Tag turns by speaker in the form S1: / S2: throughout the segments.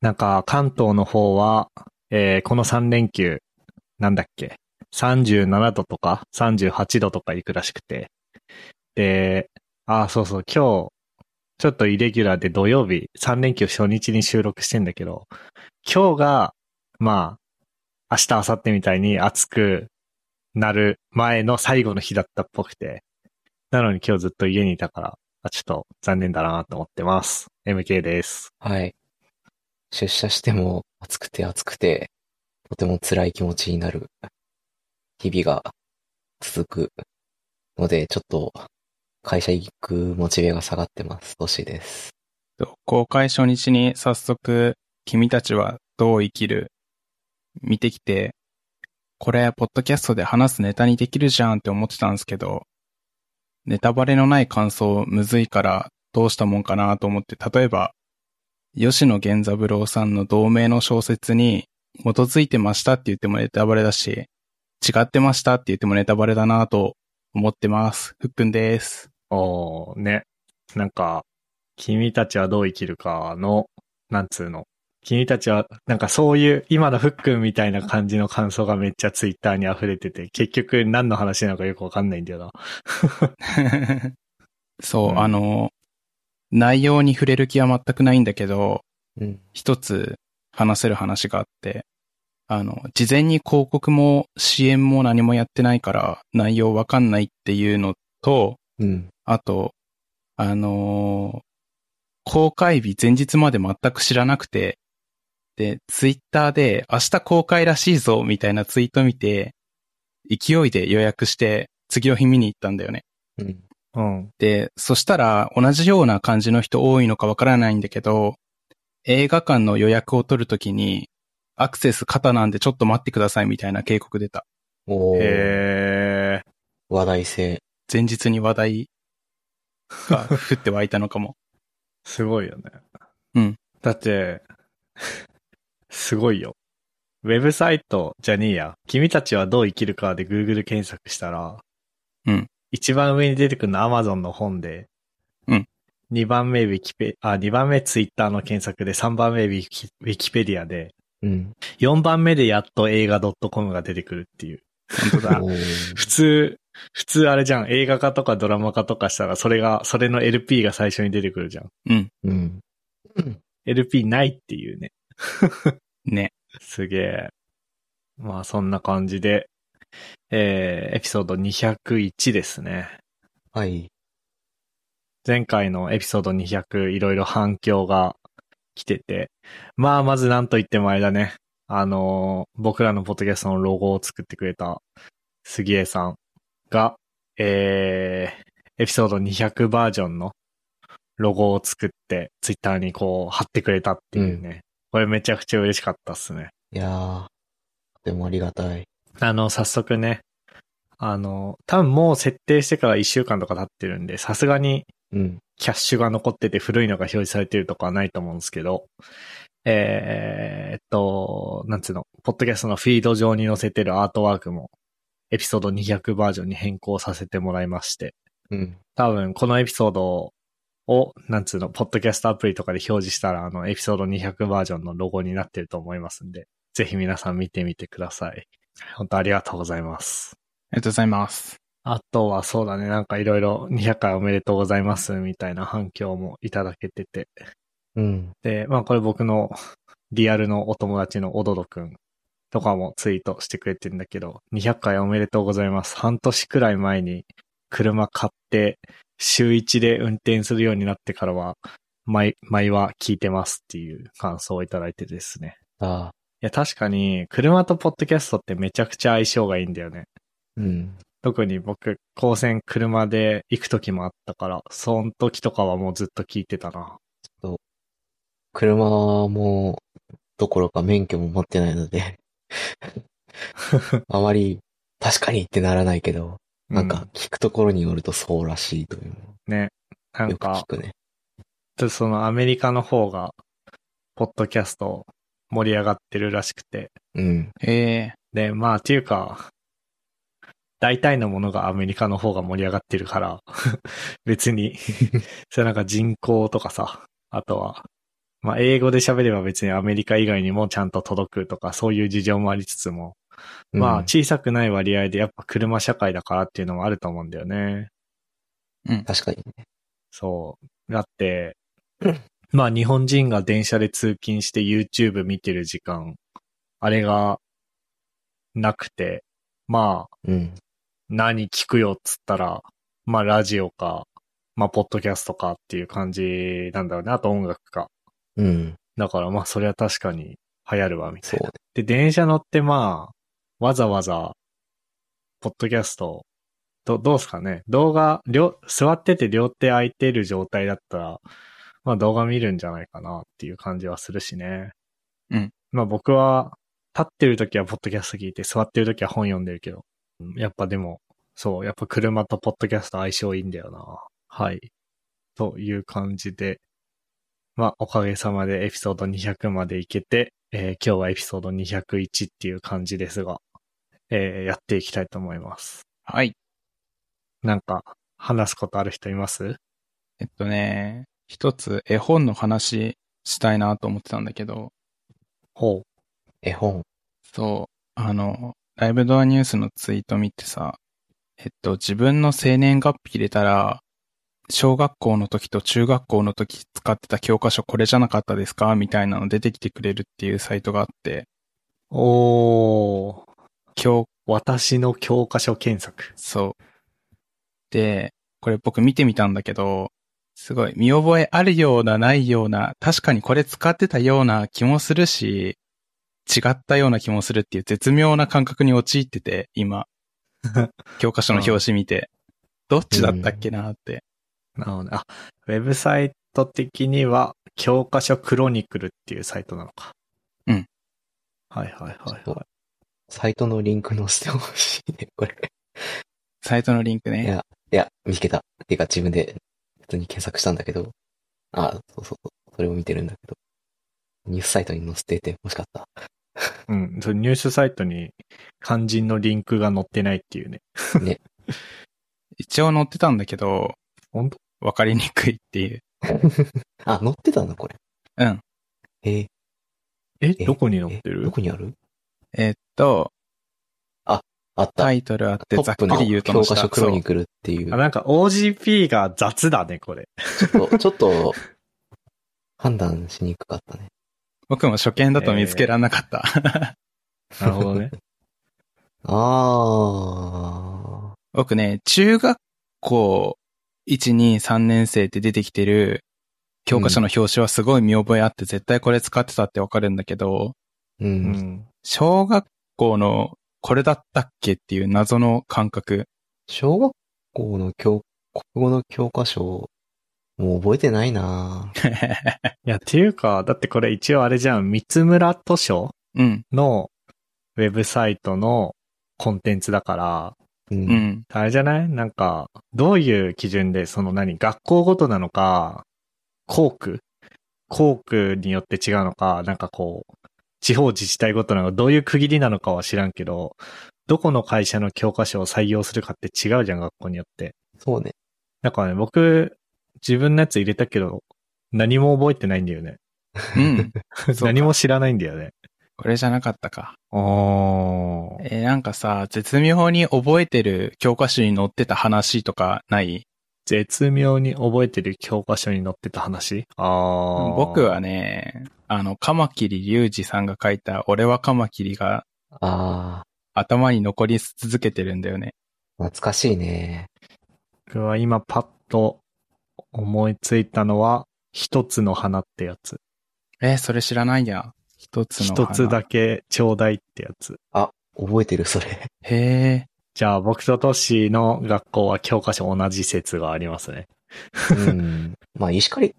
S1: なんか、関東の方は、えーこの3連休、なんだっけ、37度とか38度とか行くらしくて。で、あ、そうそう、今日、ちょっとイレギュラーで土曜日、3連休初日に収録してんだけど、今日が、まあ、明日、明後日みたいに暑くなる前の最後の日だったっぽくて、なのに今日ずっと家にいたから、あちょっと残念だなと思ってます。MK です。
S2: はい。出社しても暑くて暑くて、とても辛い気持ちになる日々が続くので、ちょっと会社行くモチベが下がってます。年です。
S3: と公開初日に早速、君たちはどう生きる見てきて、これ、ポッドキャストで話すネタにできるじゃんって思ってたんですけど、ネタバレのない感想むずいからどうしたもんかなと思って、例えば、吉野源三郎さんの同名の小説に基づいてましたって言ってもネタバレだし、違ってましたって言ってもネタバレだなと思ってます。ふっくんです。
S1: おー、ね。なんか、君たちはどう生きるかの、なんつうの。君たちは、なんかそういう、今のふっくんみたいな感じの感想がめっちゃツイッターに溢れてて、結局何の話なのかよくわかんないんだよな。
S3: そう、
S1: うん
S3: あの、内容に触れる気は全くないんだけど、
S2: うん。
S3: 一つ話せる話があって、あの、事前に広告も支援も何もやってないから内容わかんないっていうのと、
S2: うん。
S3: あと、あのー公開日前日まで全く知らなくて、で、ツイッターで明日公開らしいぞみたいなツイート見て、勢いで予約して次の日見に行ったんだよね。
S2: うん。
S1: うん。
S3: で、そしたら同じような感じの人多いのかわからないんだけど、映画館の予約を取るときに、アクセス肩なんでちょっと待ってくださいみたいな警告出た。
S2: おー、
S1: へー。
S2: 話題性。
S3: 前日に話題が降って湧いたのかも。
S1: すごいよね。
S3: うん。
S1: だって、すごいよ。ウェブサイトじゃねえや。君たちはどう生きるかで Google 検索したら、
S3: うん。
S1: 一番上に出てくるの Amazon の本で、
S3: うん。
S1: 二番目ウィキペ、あ、二番目ツイッターの検索で、三番目ウィキウィキペディアで、
S2: うん。
S1: 四番目でやっと映画 .com が出てくるっていう。
S3: 本当
S2: お
S3: だ。
S2: ー
S1: 普通、普通あれじゃん。映画化とかドラマ化とかしたら、それが、それの LP が最初に出てくるじゃん。
S3: うん。
S2: うん。
S1: LP ないっていうね。
S3: ね。
S1: すげえ。まあそんな感じで、えー、エピソード201ですね。
S2: はい。
S1: 前回のエピソード200いろいろ反響が来てて。まあまずなんと言ってもあれだね。あのー僕らのポッドキャストのロゴを作ってくれた杉江さんが、えー、エピソード200バージョンのロゴを作ってツイッターにこう貼ってくれたっていうね。これめちゃくちゃ嬉しかったっすね。
S2: いやー、とてもありがたい。
S1: あの、早速ね、あの、多分もう設定してから1週間とか経ってるんで、さすがに
S2: うん。
S1: キャッシュが残ってて古いのが表示されてるとかはないと思うんですけど、えーっと、なんつうの、ポッドキャストのフィード上に載せてるアートワークも、エピソード200バージョンに変更させてもらいまして、
S2: うん。
S1: 多分このエピソードを、なんつうの、ポッドキャストアプリとかで表示したら、あの、エピソード200バージョンのロゴになってると思いますんで、ぜひ皆さん見てみてください。本当ありがとうございます。
S3: ありがとうございます。
S1: あとはそうだね、なんかいろいろ200回おめでとうございますみたいな反響もいただけてて。
S2: うん。
S1: で、まあこれ僕の リアルのお友達のおどどくんとかもツイートしてくれてんだけど、200回おめでとうございます。半年くらい前に車買って、週1で運転するようになってからは、毎、毎は聞いてますっていう感想をいただいてですね。
S2: さ
S1: い
S2: あ、
S1: や、確かに、車とポッドキャストってめちゃくちゃ相性がいいんだよね。
S2: うん。
S1: 特に僕、高専車で行く時もあったから、その時とかはもうずっと聞いてたな。
S2: 車も、どころか免許も持ってない のであまり、確かにってならないけど、なんか、聞くところによるとそうらしいという
S1: うん。ね。な
S2: のを
S1: ん
S2: よく
S1: か
S2: 聞、くね。
S1: ちょっとそのアメリカの方が、ポッドキャスト盛り上がってるらしくて。
S2: うん。
S3: え
S1: で、まあ、っていうか、大体のものがアメリカの方が盛り上がってる から、別に、それなんか人口とかさ、あとは、まあ、英語で喋れば別にアメリカ以外にもちゃんと届くとか、そういう事情もありつつも、まあ、
S2: うん
S1: 小さくない割合でやっぱ車社会だからっていうのもあると思うんだよね。
S3: うん。
S2: 確かにね。
S1: そう。だって、まあ日本人が電車で通勤して YouTube 見てる時間、あれがなくて、まあ
S2: うん。
S1: 何聞くよっつったら、まあラジオか、まあポッドキャストかっていう感じなんだろうね。あと音楽か。
S2: うん。
S1: だからまあそれは確かに流行るわみた
S2: そ
S1: いうな。。で、電車乗ってまあ、わざわざ、ポッドキャスト、ど、どうすかね動画、両、座ってて両手空いてる状態だったら、まあ動画見るんじゃないかなっていう感じはするしね。
S3: うん。
S1: まあ僕は、立ってる時はポッドキャスト聞いて、座ってる時は本読んでるけど、うんやっぱでも、そう、やっぱ車とポッドキャスト相性いいんだよな。はい。という感じで、まあ、おかげさまでエピソード200までいけて、えー今日はエピソード201っていう感じですが、えーやっていきたいと思います。
S3: はい。
S1: なんか、話すことある人います
S3: えっとね、一つ絵本の話したいなと思ってたんだけど、
S1: ほ
S2: 絵本。
S3: そう、あの、ライブドアニュースのツイート見てさ、えっと、自分の生年月日入れたら、小学校の時と中学校の時使ってた教科書これじゃなかったですかみたいなの出てきてくれるっていうサイトがあって、
S1: う。おー、
S3: 教、
S1: 私の教科書検索。
S3: そう。で、これ僕見てみたんだけど、すごい見覚えあるようなないような、確かにこれ使ってたような気もするし、違ったような気もするっていう絶妙な感覚に陥ってて、 今。教科書の表紙見て、どっちだったっけなって。
S1: なるほどねあ、ウェブサイト的には、教科書クロニクルっていうサイトなのか。
S3: うん。
S1: はいはいはい、はい。
S2: サイトのリンク載せてほしいね、 これ。
S3: サイトのリンク
S2: い
S3: ね。
S2: や、いや、見つけた。っていうか自分で普通に検索したんだけど。あ、そうそうそう。それを見てるんだけど。ニュースサイトに載せてて欲しかった。
S1: うん。そうニュースサイトに肝心のリンクが載ってないっていうね。
S3: 一応載ってたんだけど、
S1: ほんと
S3: わかりにくいっていう。
S2: あ、載ってたんだ、これ。
S3: うん。
S2: へえ
S1: え、
S2: え
S1: どこに載
S2: え
S1: ってる
S2: どこにある
S3: えっと、
S2: あった。
S3: タイトルあって
S2: ト
S3: ざっ
S2: ッ
S3: く
S2: プの
S3: り言うと
S2: 教
S3: の下
S2: 科書クロニクルっていう
S1: あ、。なんか OGP が雑だね、これ。
S2: ちょっと、ちょっと、判断しにくかったね。
S3: 僕も初見だと見つけられなかった。
S1: なるほどね。
S2: あ
S3: 僕ね、中学校1、2、3年生って出てきてる教科書の表紙はすごい見覚えあって絶対これ使ってたってわかるんだけど、
S2: ー。
S1: う
S2: う。
S1: んん。
S3: 小学校のこれだったっけっていう謎の感覚。
S2: 小学校の教、国語の教科書、もう覚えてないなぁ
S1: いや、っていうか、だってこれ一応あれじゃん、三村図書
S3: うん、
S1: のウェブサイトのコンテンツだから、
S2: う。
S3: うんん、
S1: あれじゃないなんか、どういう基準で、その何、学校ごとなのか、校区校区によって違うのか、なんかこう、地方自治体ごとなのか、どういう区切りなのかは知らんけど、どこの会社の教科書を採用するかって違うじゃん、学校によって。
S2: そうね。
S1: なんかね、僕、自分のやつ入れたけど、何も覚えてないんだ よね。
S3: うん。か
S1: 何も知らないんだよね。
S3: これじゃなかったか。
S1: おー。
S3: えーなんかさ、絶妙に覚えてる教科書に載ってた話とかない
S1: 絶妙に覚えてる教科書に載ってた話あー。
S3: 僕はね、あの、カマキリリュウジさんが書いた俺はカマキリが
S2: あ
S3: 頭に残り続けてるんだよね。
S2: ー、懐かしいね。
S1: 僕は今パッと思いついたのは、一つの花ってやつ。
S3: えーそれ知らないや。一つの
S1: 一つだ
S3: け。
S1: けちょうだいってやつ。
S2: 覚えてる、それ。
S3: へえ。
S1: じゃあ僕とトッシーの学校は教科書同じ説がありますね。
S2: うん。まあ、石狩、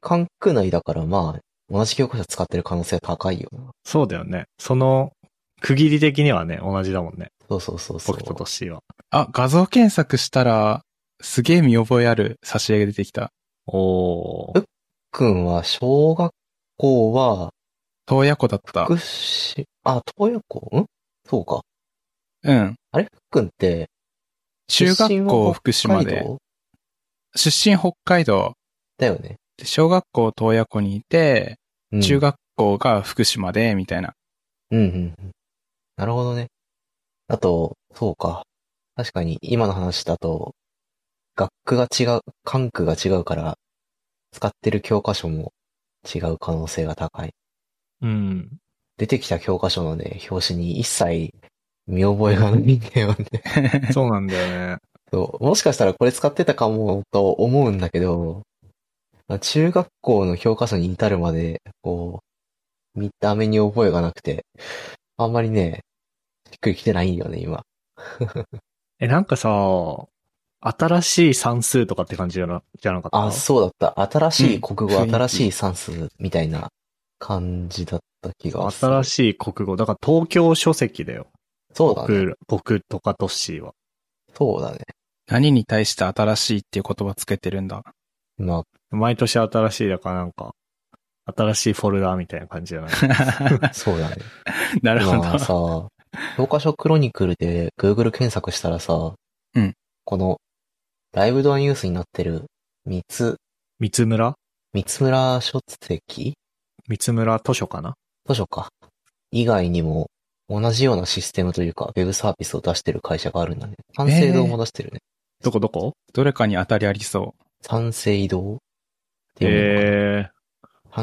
S2: 関区内だから、まあ、同じ教科書使ってる可能性は高いよな。
S1: そうだよね。その区切り的にはね、同じだもんね。
S2: そうそうそうそう。
S1: 僕とトッシーは。
S3: あ、画像検索したら、すげえ見覚えある挿絵が出てきた。
S1: おー。
S2: えくんは、小学校は、
S3: 東野湖だった
S2: 福。島、あ、東洋校んそうか。
S3: うん。
S2: あれふっくんって、
S3: 中
S2: 出身
S3: 学
S2: は
S3: 校福島
S2: 北海
S3: で。
S2: 道
S3: 出身北海道。
S2: だよね。
S3: で小学校洞爺湖にいて、
S2: うん
S3: 中学校が福島で、みたいな。
S2: うんうんうん。なるほどね。あと、そうか。確かに今の話だと、学区が違う、管区が違うから、使ってる教科書も違う可能性が高い。
S1: うん。
S2: 出てきた教科書のね、表紙に一切見覚えがないんだよね。
S1: そうなんだよね。
S2: そうもしかしたらこれ使ってたかもと思うんだけど、まあ中学校の教科書に至るまで、こう、見た目に覚えがなくて、あんまりね、しっくりきてないんよね、今。
S1: え、なんかさ、新しい算数とかって感じじゃなじゃなかった
S2: あ、そうだった。新しい国語、
S3: うん雰囲気
S2: 新しい算数みたいな感じだった気がする。
S1: 新
S2: い。
S1: しい国語。だから東京書籍だよ。
S2: そうだね。
S1: 僕、僕とかトッシーは。
S2: そうだね。
S3: 何に対して新しいっていう言葉つけてるんだ。
S2: ま
S1: 毎年新しいだからなんか、新しいフォルダーみたいな感じじゃ ない
S2: あ、 そうだね。
S3: なるほ
S2: 今
S3: ど。
S2: さ、教科書クロニクルで Google 検索したらさ、
S3: うん
S2: この、ライブドアニュースになってる、三つ、
S1: 三村
S2: 三村書籍
S1: 三村図書かな
S2: 図書か。以外にも、同じようなシステムというか、ウェブサービスを出してる会社があるんだね。三省堂も出してるね。
S1: どこどこ
S3: どれかに当たりありそ
S2: 三省堂っていうのかな
S1: え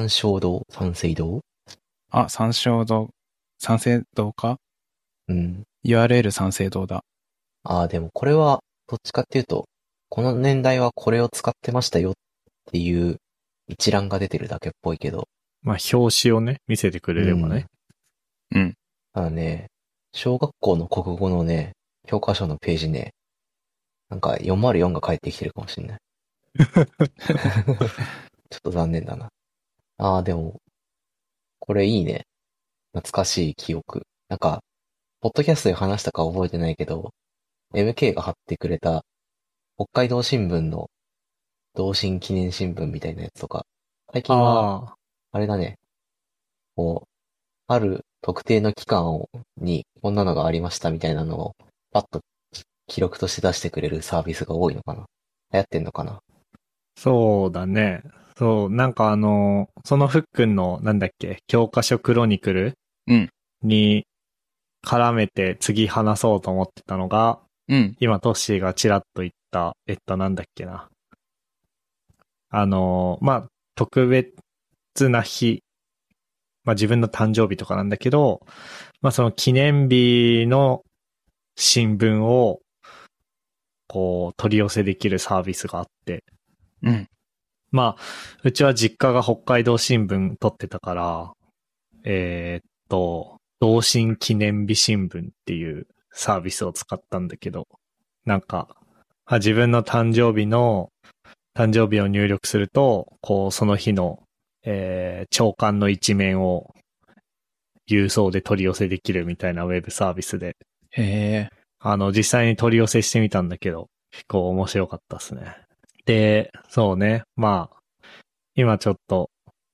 S2: 三省堂三省堂
S3: う。あ、三省堂、三省堂か
S2: うん。
S3: ?URL 三省堂だ。
S2: ああ、でもこれは、どっちかっていうと、この年代はこれを使ってましたよっていう一覧が出てるだけっぽいけど、
S1: ー、まあ、表紙をね、見せてくれればね。
S3: うん。
S2: ただね、小学校の国語のね、教科書のページね、なんか404が返ってきてるかもしれない。ちょっと残念だな。ああ、でも、これいいね。懐かしい記憶。なんか、ポッドキャストで話したか覚えてないけど、MK が貼ってくれた、北海道新聞の、同心記念新聞みたいなやつとか、最近は、
S1: ああ、
S2: あれだね。こう、ある特定の期間をにこんなのがありましたみたいなのを、パッと記録として出してくれるサービスが多いのかな。流行ってんのかな。
S1: そうだね。そう、なんかあの、そのふっくんの、なんだっけ、教科書クロニクル
S3: うん
S1: に絡めて次話そうと思ってたのが、
S3: うん。
S1: 今トッシーがちらっと言った、えっと、なんだっけな。あの、まあ、特別な日、まあ、自分の誕生日とかなんだけど、まあ、その記念日の新聞を、こう、取り寄せできるサービスがあって、
S3: うん。
S1: まあ、うちは実家が北海道新聞取ってたから、えーっと、同心記念日新聞っていうサービスを使ったんだけど、なんか、あ自分の誕生日の、誕生日を入力すると、こう、その日の、えー朝刊の一面を郵送で取り寄せできるみたいなウェブサービスで、
S3: へえ。
S1: あの、実際に取り寄せしてみたんだけど、結構面白かったですね。で、そうね。まあ、今ちょっと、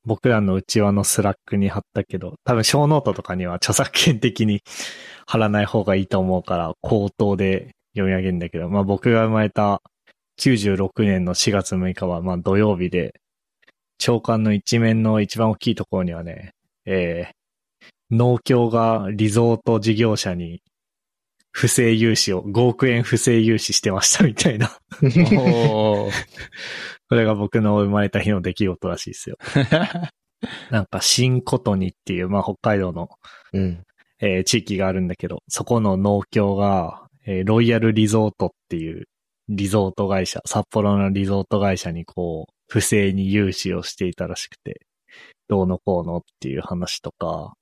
S1: 僕らの内輪のスラックに貼ったけど、多分小ノートとかには著作権的に 貼らない方がいいと思うから、口頭で読み上げるんだけど、まあ僕が生まれた96年の4月6日は、まあ土曜日で、長官の一面の一番大きいところにはね、えー、農協がリゾート事業者に不正融資を、5億円不正融資してましたみたいな。
S3: おー
S1: これが僕の生まれた日の出来事らしいですよ。なんか、新ことにっていう、まあ、北海道の、
S2: うん。
S1: えー地域があるんだけど、そこの農協が、えーロイヤルリゾートっていうリゾート会社、札幌のリゾート会社にこう、不正に融資をしていたらしくて、どうのこうのっていう話とか、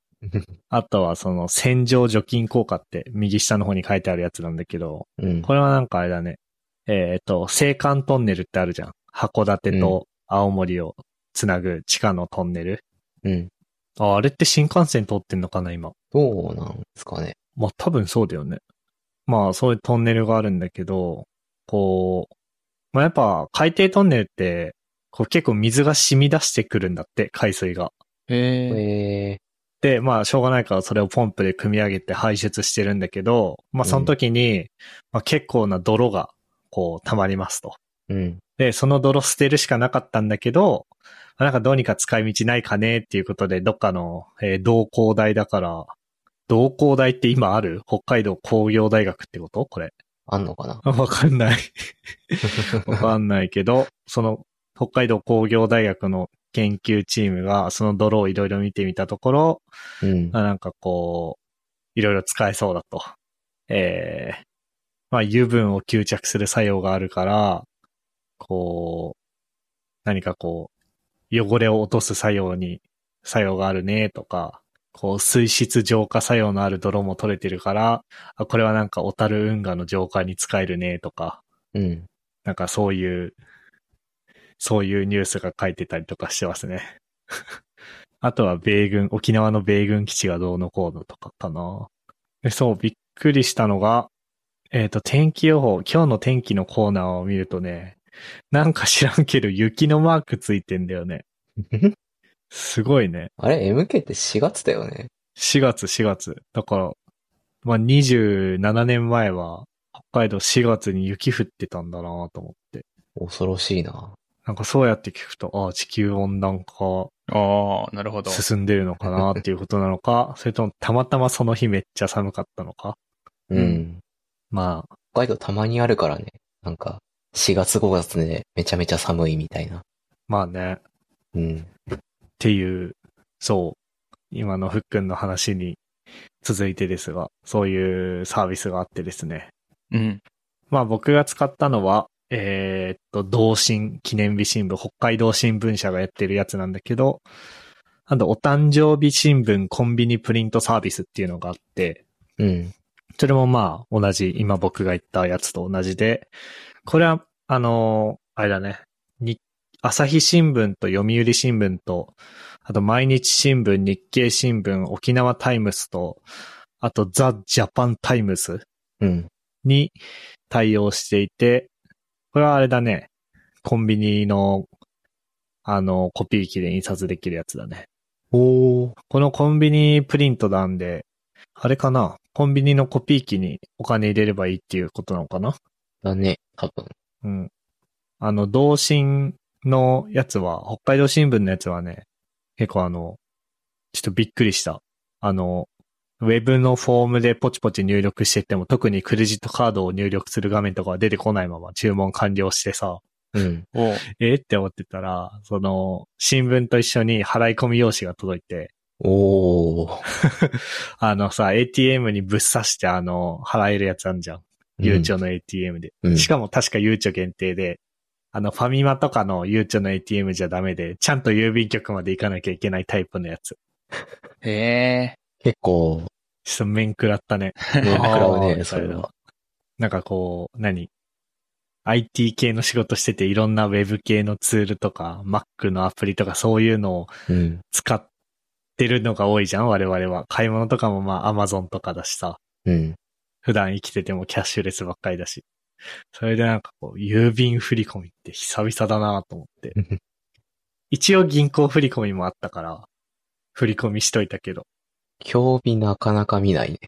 S1: あとはその、洗浄除菌効果って右下の方に書いてあるやつなんだけど、
S2: うん。
S1: これはなんかあれだね。えっ、と、青函トンネルってあるじゃん。函館と青森をつなぐ地下のトンネル。
S2: うん。
S1: ああれって新幹線通ってんのかな、今。
S2: どうなんですかね。
S1: まあ多分そうだよね。まあそういうトンネルがあるんだけど、こう、まあやっぱ海底トンネルって、こう結構水が染み出してくるんだって、海水が。
S3: へえ。
S2: え
S1: で、まあ、しょうがないからそれをポンプで組み上げて排出してるんだけど、まあ、その時に、まあ、結構な泥が、こう、溜まりますと。
S2: ー、うん。
S1: で、その泥捨てるしかなかったんだけど、なんかどうにか使い道ないかねっていうことで、どっかの、えー同工大だから、同工大って今ある北海道工業大学ってことこれ。
S2: あんのかな
S1: わかんない。わかんないけど、その北海道工業大学の研究チームがその泥をいろいろ見てみたところ、
S2: うん。
S1: あなんかこう、いろいろ使えそうだと。ええまあ油分を吸着する作用があるから、こう、何かこう、汚れを落とす作用に、作用があるねとか、こう、水質浄化作用のある泥も取れてるから、あこれはなんか小樽運河の浄化に使えるねとか、
S2: うん。
S1: なんかそういう、そういうニュースが書いてたりとかしてますね。 あとは米軍、沖縄の米軍基地がどうのこうのとかかな。でそう、びっくりしたのが、えっ、と、天気予報、今日の天気のコーナーを見るとね、なんか知らんけど雪のマークついてんだよね。すごいね。
S2: あれ、MK って4月だよね。
S1: 4月、4月。だから、まあ、27年前は、北海道4月に雪降ってたんだなと思って。
S2: 恐ろしいな。
S1: なんかそうやって聞くと、ああ、地球温暖化
S3: ああ、なるほど。
S1: 進んでるのかなっていうことなのか、それともたまたまその日めっちゃ寒かったのか。
S2: うん。
S1: うんまあ、
S2: 北海道たまにあるからね。なんか、4月5月でめちゃめちゃ寒いみたいな。
S1: まあね、っ
S2: うん。
S1: ていう、そう、今のふっくんの話に続いてですが、そういうサービスがあってですね。
S3: うん。
S1: まあ僕が使ったのは、えーっと、同心記念日新聞、北海道新聞社がやってるやつなんだけど、あと、お誕生日新聞コンビニプリントサービスっていうのがあって、
S2: うん。
S1: それもまあ同じ、今僕が言ったやつと同じで、これは、あのーあれだね、に、朝日新聞と読売新聞と、あと毎日新聞、日経新聞、沖縄タイムスと、あとザ・ジャパンタイムス
S2: うん。
S1: に対応していて、これはあれだね、コンビニの、あの、コピー機で印刷できるやつだね。
S2: おー。
S1: このコンビニプリントなんで、あれかなコンビニのコピー機にお金入れればいいっていうことなのかな
S2: だね、多分。
S1: うん。あの、同心のやつは、北海道新聞のやつはね、結構あの、ちょっとびっくりした。あの、ウェブのフォームでポチポチ入力してっても、特にクレジットカードを入力する画面とかは出てこないまま注文完了してさ、
S2: うん。
S3: おう
S1: えーって思ってたら、その、新聞と一緒に払い込み用紙が届いて、
S2: おー。
S1: あのさ、ATM にぶっ刺してあの、払えるやつあんじゃん。ゆうちょの ATM で。
S2: うん
S1: しかも確かゆうちょ限定で、あの、ファミマとかのゆうちょの ATM じゃダメで、ちゃんと郵便局まで行かなきゃいけないタイプのやつ。
S3: へえ。
S2: 結構、
S1: ちょっと面食らったね。
S2: ね、食らう
S1: あー
S2: ね、それは。
S1: なんかこう、何 ?IT 系の仕事してていろんなウェブ系のツールとか、Mac のアプリとかそういうのを
S2: うん。
S1: 使ってるのが多いじゃん我々は。買い物とかもまあ Amazon とかだしさ。
S2: うん。
S1: 普段生きててもキャッシュレスばっかりだし。それでなんかこう、郵便振り込みって久々だなと思って。一応銀行振り込みもあったから、振り込みしといたけど。
S2: 興味なかなか見ないね。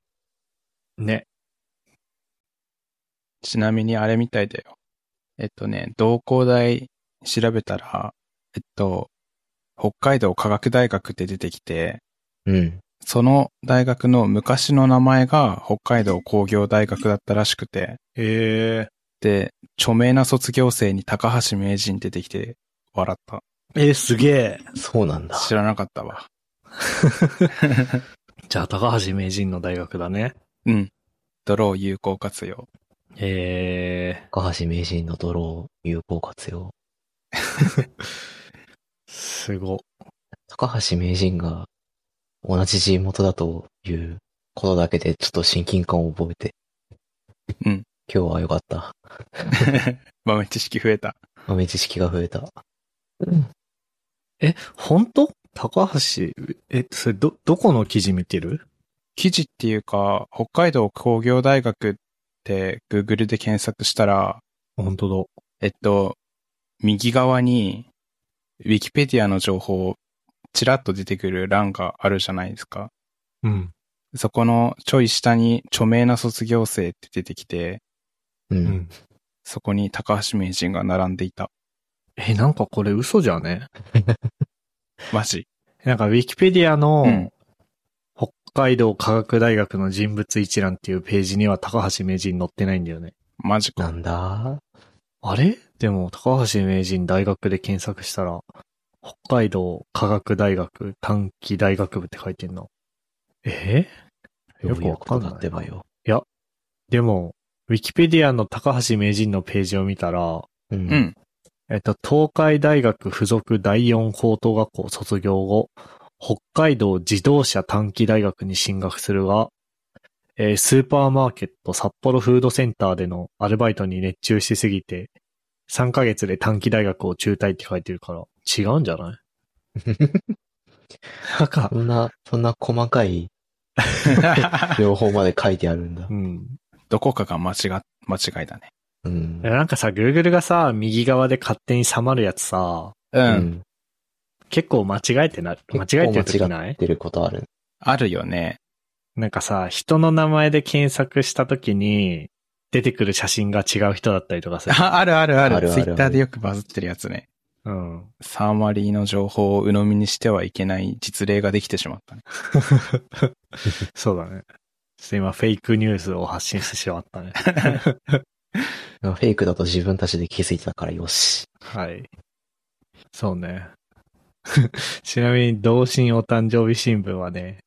S1: ね。
S3: ちなみにあれみたいだよ。えっとね、同工大調べたら、えっと、北海道科学大学って出てきて、
S2: うん。
S3: その大学の昔の名前が北海道工業大学だったらしくて、
S1: え
S3: で、著名な卒業生に高橋名人出てきて笑っ
S1: ー、えすげえ。
S2: そうなんだ
S3: た。。知らなかったわ。
S1: じゃあ、高橋名人の大学だね。
S3: うん。泥を有効活用。
S1: え
S2: 高橋名人の泥を有効活用。
S1: ー、すご。
S2: 高橋名人が同じ地元だということだけでちょっと親近感を覚えて。
S3: うん。
S2: 今日は良かった。
S3: 豆知識増えた。
S2: 豆知識が増えた。
S1: え、本当高橋、え、それど、どこの記事見てる
S3: 記事っていうか、北海道工業大学って Google で検索したら、
S1: 本当
S3: えっと、右側に Wikipedia の情報、ちらっと出てくる欄があるじゃないですか。
S1: だ。うん。
S3: そこのちょい下に著名な卒業生って出てきて、
S2: うん。
S1: うん。
S3: そこに高橋名人が並んでいた。
S1: え、なんかこれ嘘じゃね
S3: マジ。
S1: なんか、ウィキペディアの、
S3: うん。
S1: 北海道科学大学の人物一覧っていうページには高橋名人載ってないんだよね。
S3: マジ
S2: な
S3: か。
S2: んだ
S1: あれでも、高橋名人大学で検索したら、北海道科学大学短期大学部って書いてんの。えー
S2: ど
S1: よ
S2: う
S1: く
S2: いう
S1: わ
S2: こ
S1: か
S2: と
S1: ん
S2: だ
S1: な
S2: って
S1: い。
S2: ばよ。
S1: でも、ウィキペディアの高橋名人のページを見たら、
S2: う。
S3: うんん。
S1: えっと、東海大学附属第四高等学校卒業後、北海道自動車短期大学に進学するが、えースーパーマーケット札幌フードセンターでのアルバイトに熱中しすぎて、3ヶ月で短期大学を中退って書いてるから、違うんじゃない なんか
S2: そ、んな、そんな細かい情報まで書いてあるんだ
S1: う。ん。
S3: どこかが間違っ、間違いだね。
S2: うん。
S1: なんかさ、Google がさ、右側で勝手に冷まるやつさ、
S3: う。
S2: うんん。
S1: 結構間違えてな、間違えてる時な
S2: 間違っ
S1: い
S2: てることある。
S3: あるよね。
S1: なんかさ、人の名前で検索した時に、出てくる写真が違う人だったりとかする。
S3: ああるあるあ
S2: ある
S3: る。
S2: あ
S3: ツ
S2: る
S3: イッターでよくバズってるやつね。
S1: うん。
S3: サーマリーの情報を鵜呑みにしてはいけない実例ができてしまっ たね。
S1: そうだね。ちょっと今、フェイクニュースを発信してしまったね。
S2: フェイクだと自分たちで気づいてたから よし。
S1: はい。そうね。 ちなみに、同心お誕生日新聞はね、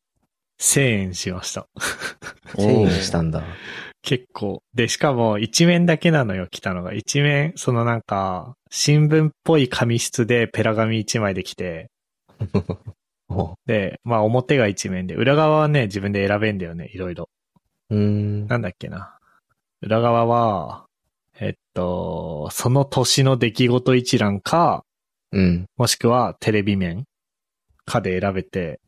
S1: 1000円しました。
S2: 1000円したんだ。
S1: 結構。で、しかも、一面だけなのよ、来たのが。一面、そのなんか、新聞っぽい紙質でペラ紙一枚で来て、
S2: おう
S1: で、まあ表が一面で、裏側はね、自分で選べんだよね、いろいろ。
S2: うーん。
S1: なんだっけな。裏側は、えっと、その年の出来事一覧か、
S2: うん。
S1: もしくはテレビ面かで選べて、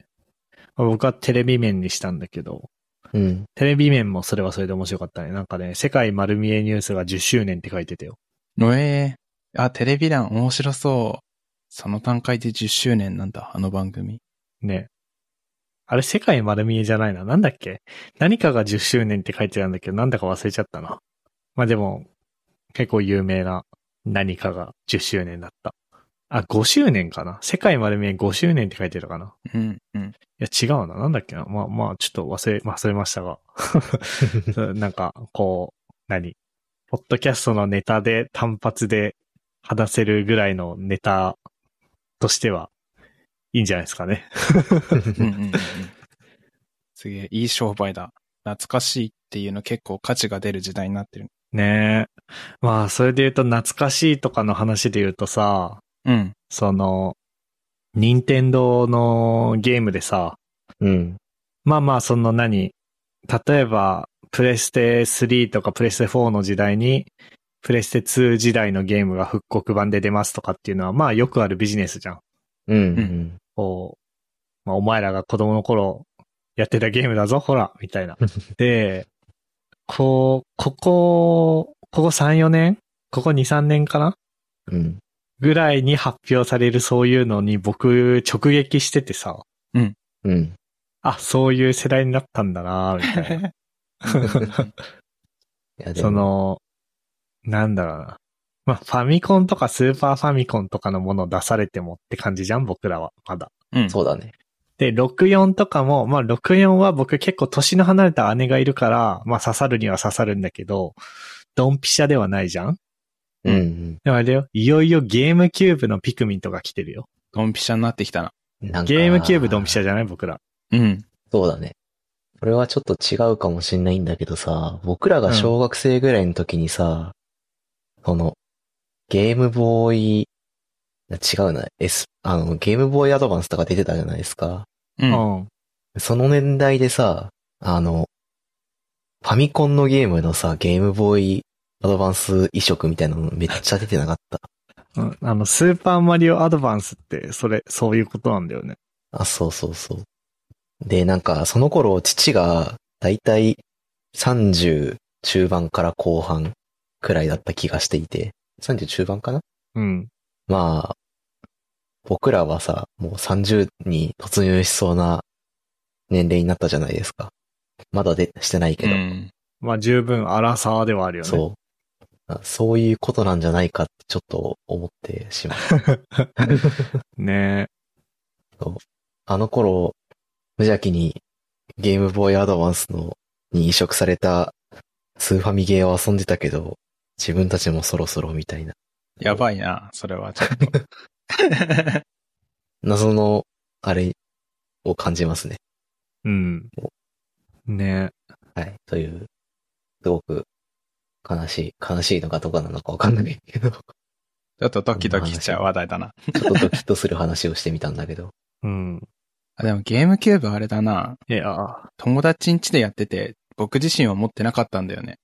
S1: まあ僕はテレビ面にしたんだけど、
S2: うん。
S1: テレビ面もそれはそれで面白かったね。なんかね、世界丸見えニュースが10周年って書いてたよ。
S3: のえーあ、テレビ欄面白そう。その段階で10周年なんだ、あの番組。
S1: ね。あれ世界丸見えじゃないな。なんだっけ何かが10周年って書いてあるんだけど、なんだか忘れちゃったな。まあでも、結構有名な何かが10周年だった。あ、5周年かな世界丸見え5周年って書いてるかな
S3: うん、うん。
S1: いや、違うな。なんだっけな。まあまあ、ちょっと忘れ、忘れましたが。そうなんか、こう、何ポッドキャストのネタで単発で話せるぐらいのネタとしては、いいんじゃないですかね。
S3: うん、うん、 うん。すげえ、いい商売だ。懐かしいっていうの結構価値が出る時代になってる。
S1: ねえ。まあ、それで言うと懐かしいとかの話で言うとさ、
S3: うん。
S1: その、任天堂のゲームでさ、
S2: うん。
S1: まあまあ、その何、例えば、プレステ3とかプレステ4の時代に、プレステ2時代のゲームが復刻版で出ますとかっていうのは、まあよくあるビジネスじゃん。
S2: うん。うん。
S1: こう、まあ、お前らが子供の頃やってたゲームだぞ、ほら、みたいな。で、こう、ここ、ここ3、4年ここ2、3年かな
S2: うん。
S1: ぐらいに発表されるそういうのに僕直撃しててさ、
S2: うん。
S1: あ、そういう世代になったんだなみたいな。
S2: いやでも
S1: そ、の、なんだろうな。まあ、ファミコンとかスーパーファミコンとかのものを出されてもって感じじゃん僕らは、まだ。
S3: うん。
S2: そうだね。
S1: で、64とかも、まあ64は僕結構年の離れた姉がいるから、まあ刺さるには刺さるんだけど、ドンピシャではないじゃん
S2: うんうん。
S1: でもあれだよ、いよいよゲームキューブのピクミンとか来てるよ。
S3: ドンピシャになってきたな。
S2: なんか
S1: ゲームキューブドンピシャじゃない僕ら。
S3: うん。
S2: そうだね。それはちょっと違うかもしんないんだけどさ、僕らが小学生ぐらいの時にさ、その、ゲームボーイ、違うな、S、あの、ゲームボーイアドバンスとか出てたじゃないですか。
S1: う
S3: う。
S1: んん。
S2: その年代でさ、あの、ファミコンのゲームのさ、ゲームボーイアドバンス移植みたいなのめっちゃ出てなかった。
S1: うんあの、スーパーマリオアドバンスって、それ、そういうことなんだよね。
S2: あ、そうそうそう。で、なんか、その頃、父が、だいたい30中盤から後半くらいだった気がしていて、30中盤かな
S1: うん。
S2: まあ、僕らはさ、もう30に突入しそうな年齢になったじゃないですか。まだで、してないけ
S3: う
S2: ど。
S3: ん。
S1: まあ十分荒さではあるよね。
S2: そう。あそういうことなんじゃないかってちょっと思ってしまう。
S1: ね
S2: そうあの頃、無邪気にゲームボーイアドバンスのに移植されたスーファミゲーを遊んでたけど、自分たちもそろそろみたいな。
S3: やばいな、それはちょ っと。
S2: 謎の、あれを感じますね。
S1: うん。ね
S2: はい。という、すごく悲しい、悲しいのかどうかなのかわかんないけど、ち
S3: ちょっとドキドキしちゃう話題だな。
S2: ょっとドキッとする話をしてみたんだけど。
S1: うん。
S3: あでもゲームキューブあれだな。
S1: いや、あ
S3: 友達ん家でやってて、僕自身は持ってなかったんだよね。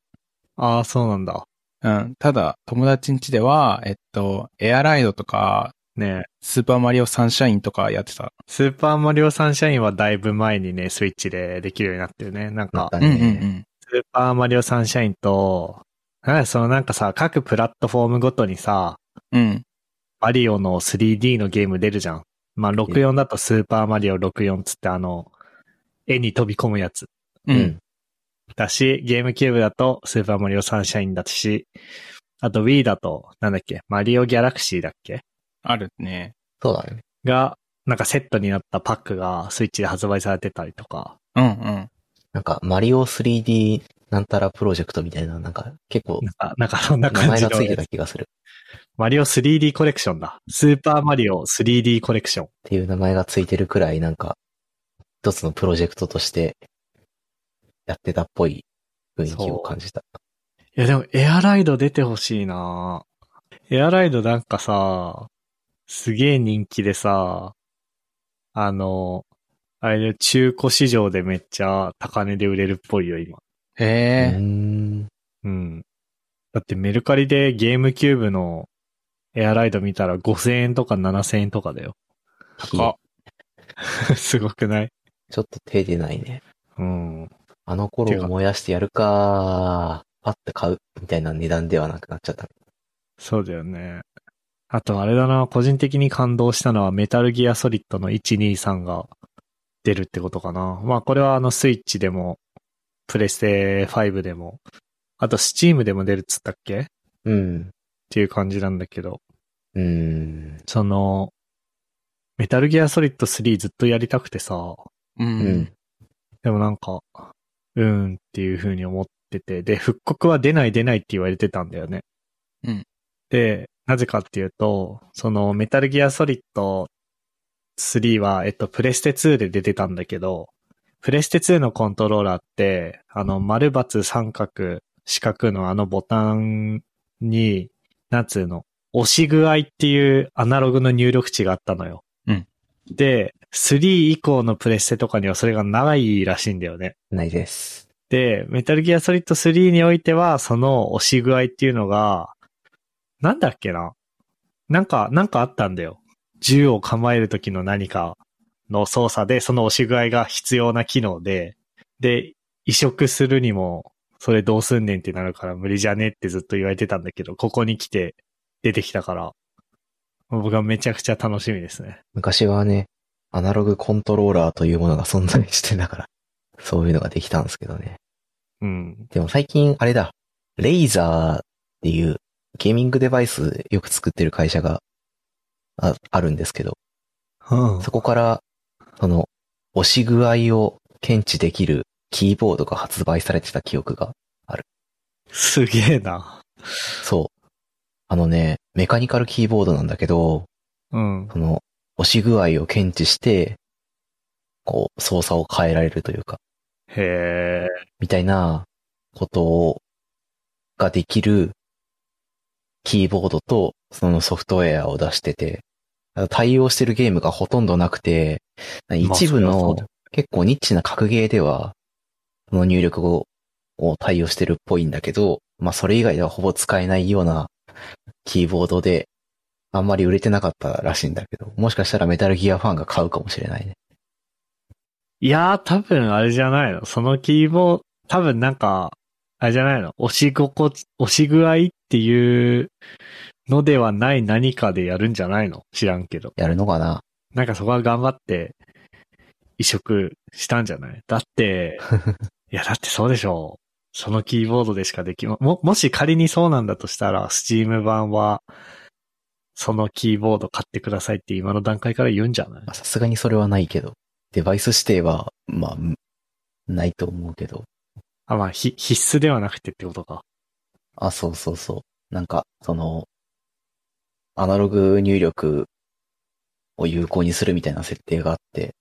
S1: あー、そうなんだ。
S3: うん。ただ、友達ん家では、えっと、エアライドとか、
S1: ね
S3: スーパーマリオサンシャインとかやってた。
S1: スーパーマリオサンシャインはだいぶ前にね、スイッチでできるようになってるね。なんか
S2: だ、
S3: うんうんう
S2: ね。
S3: ん。
S1: スーパーマリオサンシャインと、なんかそのなんかさ、各プラットフォームごとにさ、
S3: うん。
S1: マリオの 3D のゲーム出るじゃん。まあ、64だとスーパーマリオ64つってあの、絵に飛び込むやつ
S2: う
S3: う。
S2: んん。
S1: だし、ゲームキューブだとスーパーマリオサンシャインだし、あと Wii だと、なんだっけ、マリオギャラクシーだっけ
S3: あるね。
S2: そうだね。
S1: が、なんかセットになったパックがスイッチで発売されてたりとか。
S3: うんうん。
S2: なんか、マリオ 3D なんたらプロジェクトみたいな、なんか、結構
S1: な、んか、なんかそんな
S2: 名
S1: 感
S2: 前
S1: じ
S2: がついて
S1: の
S2: た。気がする。っ
S1: マリオ 3D コレクションだ。スーパーマリオ 3D コレクション。
S2: ていう名前がついてるくらい、なんか、一つのプロジェクトとして、やってたっぽい雰囲気を感じた。
S1: いやでもエアライド出てほしいなエアライドなんかさ、すげえ人気でさ、あの、あれで中古市場でめっちゃ高値で売れるっぽいよ、今。
S2: う
S3: へ
S2: ー
S3: え。
S2: ん。
S1: うん。だってメルカリでゲームキューブのエアライド見たら5000円とか7000円とかだよ。
S3: 高っ。
S1: すごくない
S2: ちょっと手出ないね。
S1: うん。
S2: あの頃を燃やしてやるかパッと買うみたいな値段ではなくなっちゃった。
S1: そうだよね。あとあれだな、個人的に感動したのはメタルギアソリッドの123が出るってことかな。まあこれはあのスイッチでも、プレステ5でも、あとスチームでも出るっつったっけっ
S2: うん。
S1: ていう感じなんだけど、
S2: うーん。
S1: その、メタルギアソリッド3ずっとやりたくてさ、
S3: う
S2: うんん。。
S1: でもなんか、うーんっていう風に思ってて、で、復刻は出ない出ないって言われてたんだよね。
S3: うん。
S1: で、なぜかっていうと、そのメタルギアソリッド3は、えっと、プレステ2で出てたんだけど、プレステ2のコントローラーって、あの、丸×三角、四角のあのボタンに、なんつうの、押し具合っていうアナログの入力値があったのよ。
S3: うん。
S1: で、3以降のプレステとかにはそれがないらしいんだよね。
S2: ないです。
S1: で、メタルギアソリッド3においては、その押し具合っていうのが、なんだっけななんか、なんかあったんだよ。銃を構える時の何かの操作で、その押し具合が必要な機能で、で、移植するにも、それどうすんねんってなるから無理じゃねってずっと言われてたんだけど、ここに来て出てきたから、僕はめちゃくちゃ楽しみですね。
S2: 昔はね、アナログコントローラーというものが存在してだから、そういうのができたんですけどね。
S1: うん。
S2: でも最近、あれだ、レイザーっていうゲーミングデバイスよく作ってる会社がああるんですけど、
S1: うん
S2: そこから、その、押し具合を検知できるキーボードが発売されてた記憶が、
S1: すげえな。
S2: そう。あのね、メカニカルキーボードなんだけど、
S1: うん。
S2: その、押し具合を検知して、こう、操作を変えられるというか、
S1: へえ。
S2: みたいなことを、ができるキーボードと、そのソフトウェアを出してて、対応してるゲームがほとんどなくて、一部
S1: まあそれはそ
S2: の
S1: うだよ
S2: 結構ニッチな格ゲーでは、この入力をを対応してるっぽいんだけど、まあそれ以外ではほぼ使えないようなキーボードで、あんまり売れてなかったらしいんだけど、もしかしたらメタルギアファンが買うかもしれないね。
S1: いやー、多分あれじゃないの。そのキーボード、多分なんか、あれじゃないの。押し心地、押し具合っていうのではない何かでやるんじゃないの知らんけど。
S2: やるのかな
S1: なんかそこは頑張って移植したんじゃないだって、いやだってそうでしょう。そのキーボードでしかできま、も、もし仮にそうなんだとしたら、スチーム版は、そのキーボード買ってくださいって今の段階から言うんじゃない
S2: まあさすがにそれはないけど。デバイス指定は、まあ、んないと思うけど。
S1: あ、まあ、ひ必須ではなくてってことか。
S2: あ、そうそうそう。なんか、その、アナログ入力を有効にするみたいな設定があって、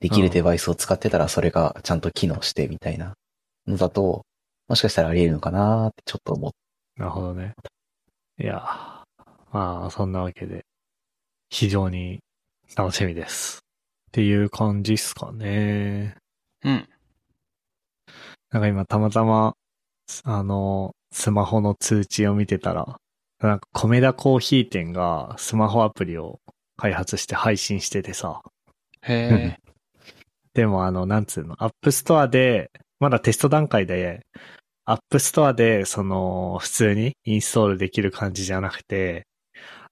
S2: でき
S1: う
S2: る
S1: ん
S2: デバイスを使ってたらそれがちゃんと機能してみたいなのだと、もしかしたらあり得るのかなーってちょっと思っ
S1: なるほどね。いやー、まあ、そんなわけで、非常に楽しみです。っていう感じっすかね。
S3: うん。
S1: なんか今たまたま、あの、スマホの通知を見てたら、なんか米田コーヒー店がスマホアプリを開発して配信しててさ、
S3: へえ。
S1: でもあの、なんつうの、アップストアで、まだテスト段階で、アップストアで、その、普通にインストールできる感じじゃなくて、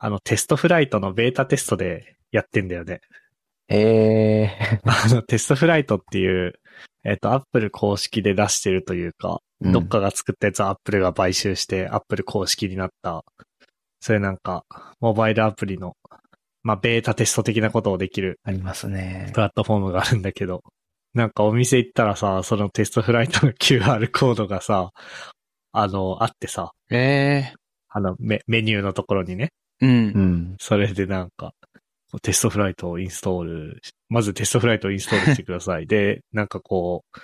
S1: あの、テストフライトのベータテストでやってんだよ ね。
S2: て。 えー、
S1: あの、テストフライトっていう、えっ、と、アップル公式で出してるというか、
S2: うん
S1: どっかが作ったやつをアップルが買収して、アップル公式になった、そういうなんか、モバイルアプリの、まあ、ベータテスト的なことをできる
S2: ありますね
S1: プ。ラットフォームがあるんだけど、なんかお店行ったらさ、そのテストフライトの QR コードがさ、あの、あってさ、
S3: ええ。
S1: あのメ、メニューのところにね、
S3: う。
S2: うんん。
S1: それでなんか、こうテストフライトをインストールし、まずテストフライトをインストールしてください。で、なんかこう、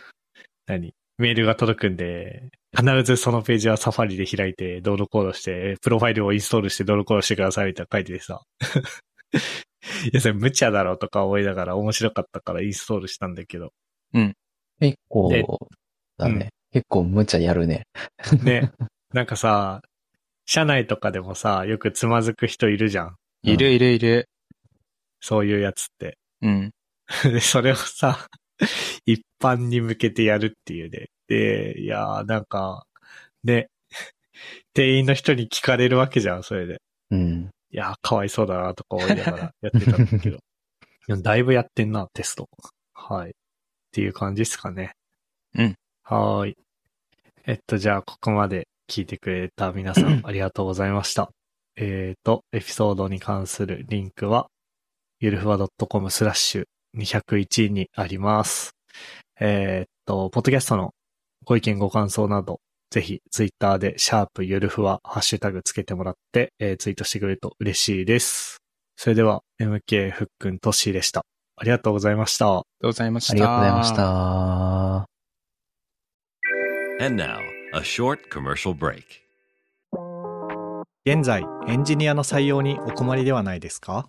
S1: 何メールが届くんで、必ずそのページはサファリで開いて、ドールコードして、プロファイルをインストールしてドールコードしてくださいみたいなの書いててさ。 いや、それ無茶だろうとか思いながら面白かったからインストールしたんだけど。
S2: 結構
S1: で、
S2: だね。
S1: うん
S2: 結構無茶やるね。
S1: ね。なんかさ、社内とかでもさ、よくつまずく人いるじゃん。
S3: いるいるいる。
S1: そういうやつって。
S3: うん。
S1: で、それをさ、一般に向けてやるっていうね。で、いやーなんか、ね、店員の人に聞かれるわけじゃん、それで。
S2: うん。
S1: いやーかわいそうだな、とか思いながらやってたんだ けど。いやだいぶやってんな、テスト。はい。っていう感じですかね。
S3: うん。
S1: はーい。えっと、じゃあ、ここまで聞いてくれた皆 さん、ありがとうございました。えっと、エピソードに関するリンクは、ゆるふわ .com スラッシュ201にあります。えーっと、ポッドキャストのご意見ご感想など、ぜひツイッターでシャープゆるふわハッシュタグつけてもらって、えーツイートしてくれると嬉しいです。それでは、MK ふっくんとしーでした。ありがとうございました。
S3: ありがとうございました。
S2: ありがとうございました。
S4: And now, a short commercial break.
S5: 現在エンジニアの採用にお困りではないですか